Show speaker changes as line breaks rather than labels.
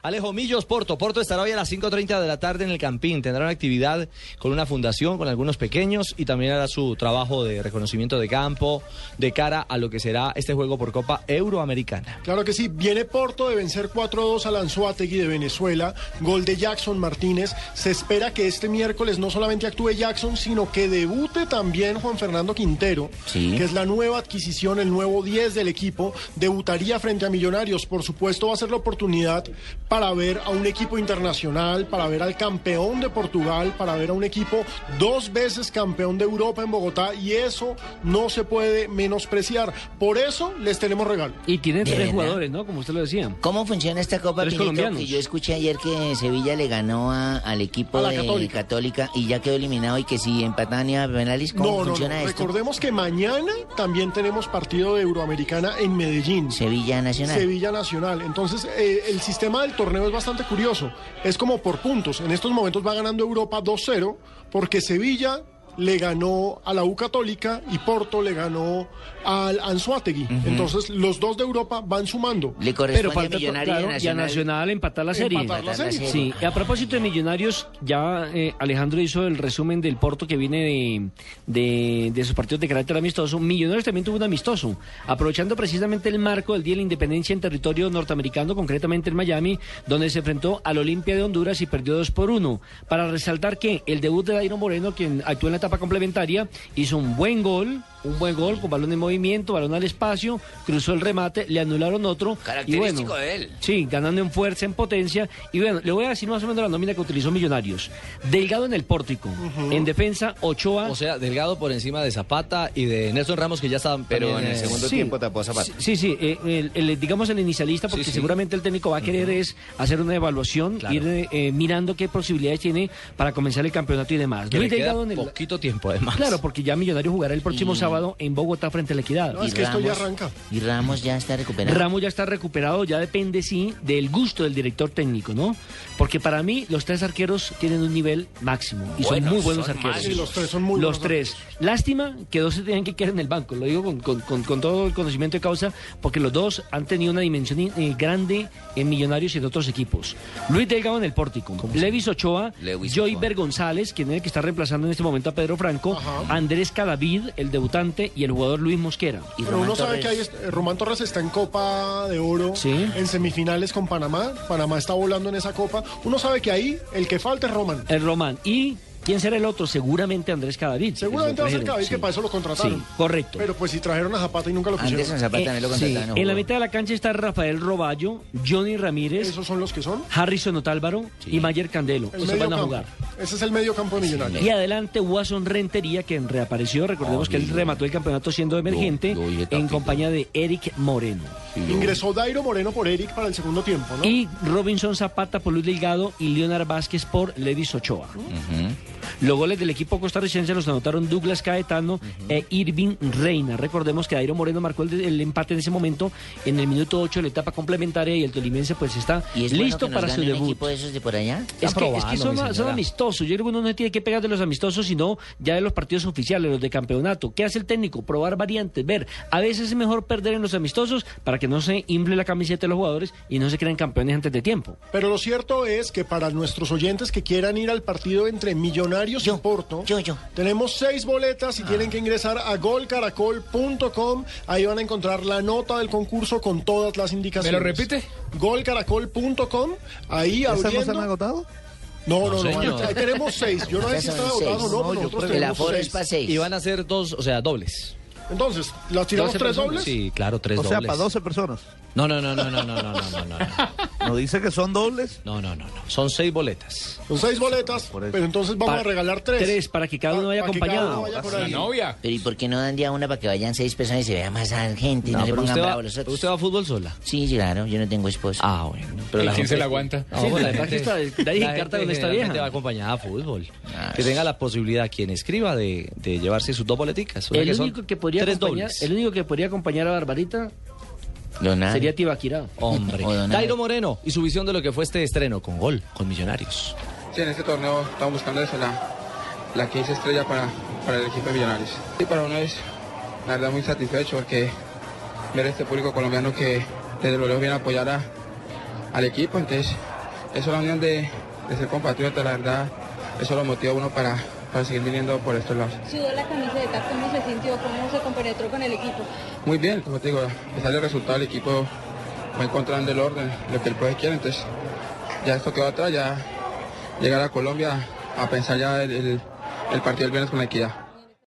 Alejo Millos, Porto. Porto estará hoy a las 5.30 de la tarde en el Campín. Tendrá una actividad con una fundación, con algunos pequeños y también hará su trabajo de reconocimiento de campo de cara a lo que será este juego por Copa Euroamericana.
Claro que sí, viene Porto de vencer 4-2 al Anzuategui de Venezuela, gol de Jackson Martínez. Se espera que este miércoles no solamente actúe Jackson, sino que debute también Juan Fernando Quintero,
Sí.
que es la nueva adquisición, el nuevo 10 del equipo. Debutaría frente a Millonarios. Por supuesto, va a ser la oportunidad para ver a un equipo internacional, para ver al campeón de Portugal, para ver a un equipo dos veces campeón de Europa en Bogotá, y eso no se puede menospreciar. Por eso les tenemos regalo.
Y tiene
¿De
tres
verdad?
jugadores, ¿no? Como usted lo decía.
¿Cómo funciona esta Copa
Tres
Pinito?
colombianos.
Que yo escuché ayer que Sevilla le ganó a- al equipo
A la
de
Católica.
Católica. y ya quedó eliminado y que si empatan iba a penales, ¿cómo
No, no, no.
funciona esto?
Recordemos que mañana también tenemos partido de Euroamericana en Medellín.
Sevilla Nacional.
Sevilla Nacional. Entonces, eh, el sistema del torneo es bastante curioso. Es como por puntos. En estos momentos va ganando Europa 2-0 porque Sevilla le ganó a la U Católica y Porto le ganó al Anzuategui. Entonces, los dos de Europa van sumando.
Le
Pero
corresponde
falta
a Millonarios
claro, y a Nacional empatar la serie.
Empatar la serie.
Sí, y a propósito de Millonarios, ya eh, Alejandro hizo el resumen del Porto que viene de, de- de sus partidos de carácter amistoso. Millonarios también tuvo un amistoso, aprovechando precisamente el marco del Día de la Independencia en territorio norteamericano, concretamente en Miami, donde se enfrentó al Olimpia de Honduras y perdió 2 por 1. Para resaltar que el debut de Dairo Moreno, quien actuó en la etapa complementaria, hizo un buen gol. Un buen gol con balón en movimiento, balón al espacio, cruzó el remate, le anularon otro. y
Característico
bueno,
de él.
Sí, ganando en fuerza, en potencia. Y bueno, le voy a decir más o menos la nómina que utilizó Millonarios. Delgado en el pórtico. En defensa, Ochoa.
O sea, Delgado por encima de Zapata y de Nelson Ramos, que ya está.
Pero
también,
en el
eh,
segundo
sí.
tiempo tapó a Zapata.
sí, sí, eh, el, el- digamos el inicialista, porque
Sí, sí.
seguramente el técnico va a querer es hacer una evaluación,
Claro.
ir eh, eh, mirando qué posibilidades tiene para comenzar el campeonato y demás.
que le
Luis
queda
Delgado en el.
poquito tiempo, además.
Claro, porque ya Millonarios jugará el próximo
Y-
sábado en Bogotá frente a la Equidad.
No, es que esto ya arranca.
Y Ramos ya está recuperado.
Ramos ya está recuperado, ya depende, sí, del gusto del director técnico, ¿no? Porque para mí, los tres arqueros tienen un nivel máximo y
Buenos,
son muy buenos
son
arqueros.
malos.
Sí, los tres son muy
Los
buenos
tres. Lástima que dos se tenían que quedar en el banco, lo digo con, con- con- con todo el conocimiento de causa, porque los dos han tenido una dimensión eh, grande en Millonarios y en otros equipos. Luis Delgado en el pórtico, Levis Ochoa,
Lewis
Joyver González, quien es el que está reemplazando en este momento a Pedro Franco,
Ajá.
Andrés Cadavid, el debutante, y el jugador Luis Mosquera.
Y
Pero uno sabe
Torres.
que hay est- eh, Román Torres está en Copa de Oro,
Sí.
en semifinales con Panamá. Panamá está volando en esa copa. Uno sabe que ahí el que falta es Román.
El Román. ¿Y quién será el otro? Seguramente Andrés Cadavid.
Seguramente va a ser Cadavid, que para eso lo contrataron.
Sí, correcto.
Pero pues si trajeron a Zapata y nunca lo
Antes en
pusieron.
Zapata
Eh,
me lo
sí,
contrataron.
En la
jugó.
mitad de la cancha está Rafael Roballo, Johnny Ramírez,
Esos son los que son.
Harrison Otálvaro y Mayer Candelo.
El
Esos
medio
van a
campo.
jugar.
Ese es el medio campo de Millonarios.
Y adelante Watson Rentería, quien reapareció, recordemos que él remató el campeonato siendo emergente,
lo dije
en
táctico.
compañía de Eric Moreno.
Ingresó Dairo Moreno por Eric para el segundo tiempo, ¿no?
Y Robinson Zapata por Luis Delgado y Leonard Vázquez por Levis Ochoa. Los goles del equipo costarricense los anotaron Douglas Caetano e Irving Reina. Recordemos que Dairo Moreno marcó el, el empate en ese momento en el minuto 8 de la etapa complementaria y el tolimense pues está
¿Y es bueno
listo
que nos
para su
gane un
debut.
equipo de esos de por allá?
Es que, es
Aprobado,
que son,
mi
son
señora.
amistosos. Yo creo que uno no tiene que pegar de los amistosos, sino ya de los partidos oficiales, los de campeonato. ¿Qué hace el técnico? Probar variantes, ver. A veces es mejor perder en los amistosos para que no se infle la camiseta de los jugadores y no se crean campeones antes de tiempo.
Pero lo cierto es que para nuestros oyentes que quieran ir al partido entre Millonarios y
Yo,
Porto,
yo, Ah. yo.
tenemos seis boletas y tienen que ingresar a golcaracol.com. Ahí van a encontrar la nota del concurso con todas las
¿Me
indicaciones.
lo repite?
Golcaracol.com. Ahí
¿Esas no se han
abriendo.
agotado?
No, no, no.
señor.
ahí tenemos seis. Yo no sé
Esas
si están
son seis.
agotados o no, pero
No, yo
nosotros
creo
El
tenemos
aforo es
seis.
para seis.
Y van a ser dos, o sea, dobles.
Entonces, ¿las tiramos
12
tres
personas.
dobles?
Sí, claro, tres
O
dobles.
sea, para 12 personas.
No, no, no, no, no, no, no, no, no, no,
Nos dice que son dobles.
no, no, no, no. Son seis boletas.
Son seis boletas,
Por eso.
pero entonces vamos
Pa-
a regalar tres.
Tres, para que cada
Pa-
uno vaya
para que cada uno
acompañado.
vaya por
La
ahí.
novia.
Pero ¿y por qué no dan día una para que vayan seis personas y se vea más gente y no,
No,
se
pero
pongan
usted va,
bravos los otros?
usted va a fútbol sola.
Sí, claro, yo no tengo esposo.
Ah, bueno.
¿Y quién se la aguanta?
No,
Sí,
pues
la verdad que está- de ahí
gente
Encarta con esta
generalmente
vieja.
va acompañada a fútbol.
Ah,
que
sí.
tenga la posibilidad quien escriba de, de llevarse sus dos boleticas. o sea
El
son
único, que podría
tres
acompañar,
dobles. Ah.
el único que podría acompañar a Barbarita
Leonardo.
sería Tibaquirá.
Hombre.
O don
Dairo
Álvaro.
Moreno y su visión de lo que fue este estreno con gol, con Millonarios.
Sí, en este torneo estamos buscando eso, la, la 15 estrella para, para el equipo de Millonarios. Sí, para uno es, la verdad, muy satisfecho porque ver este público colombiano que desde luego viene a apoyar a- al equipo, entonces eso es la unión de, de ser compatriota, la verdad, eso lo motiva a uno para, para seguir viniendo por estos lados.
Sudó la camiseta, ¿cómo se sintió? ¿Cómo se compenetró con el equipo?
Muy bien, como te digo, a pesar del resultado, el equipo va encontrando el orden, lo que el profe quiere, entonces ya esto quedó atrás, ya llegar a Colombia a pensar ya el, el- el partido del viernes con la equidad.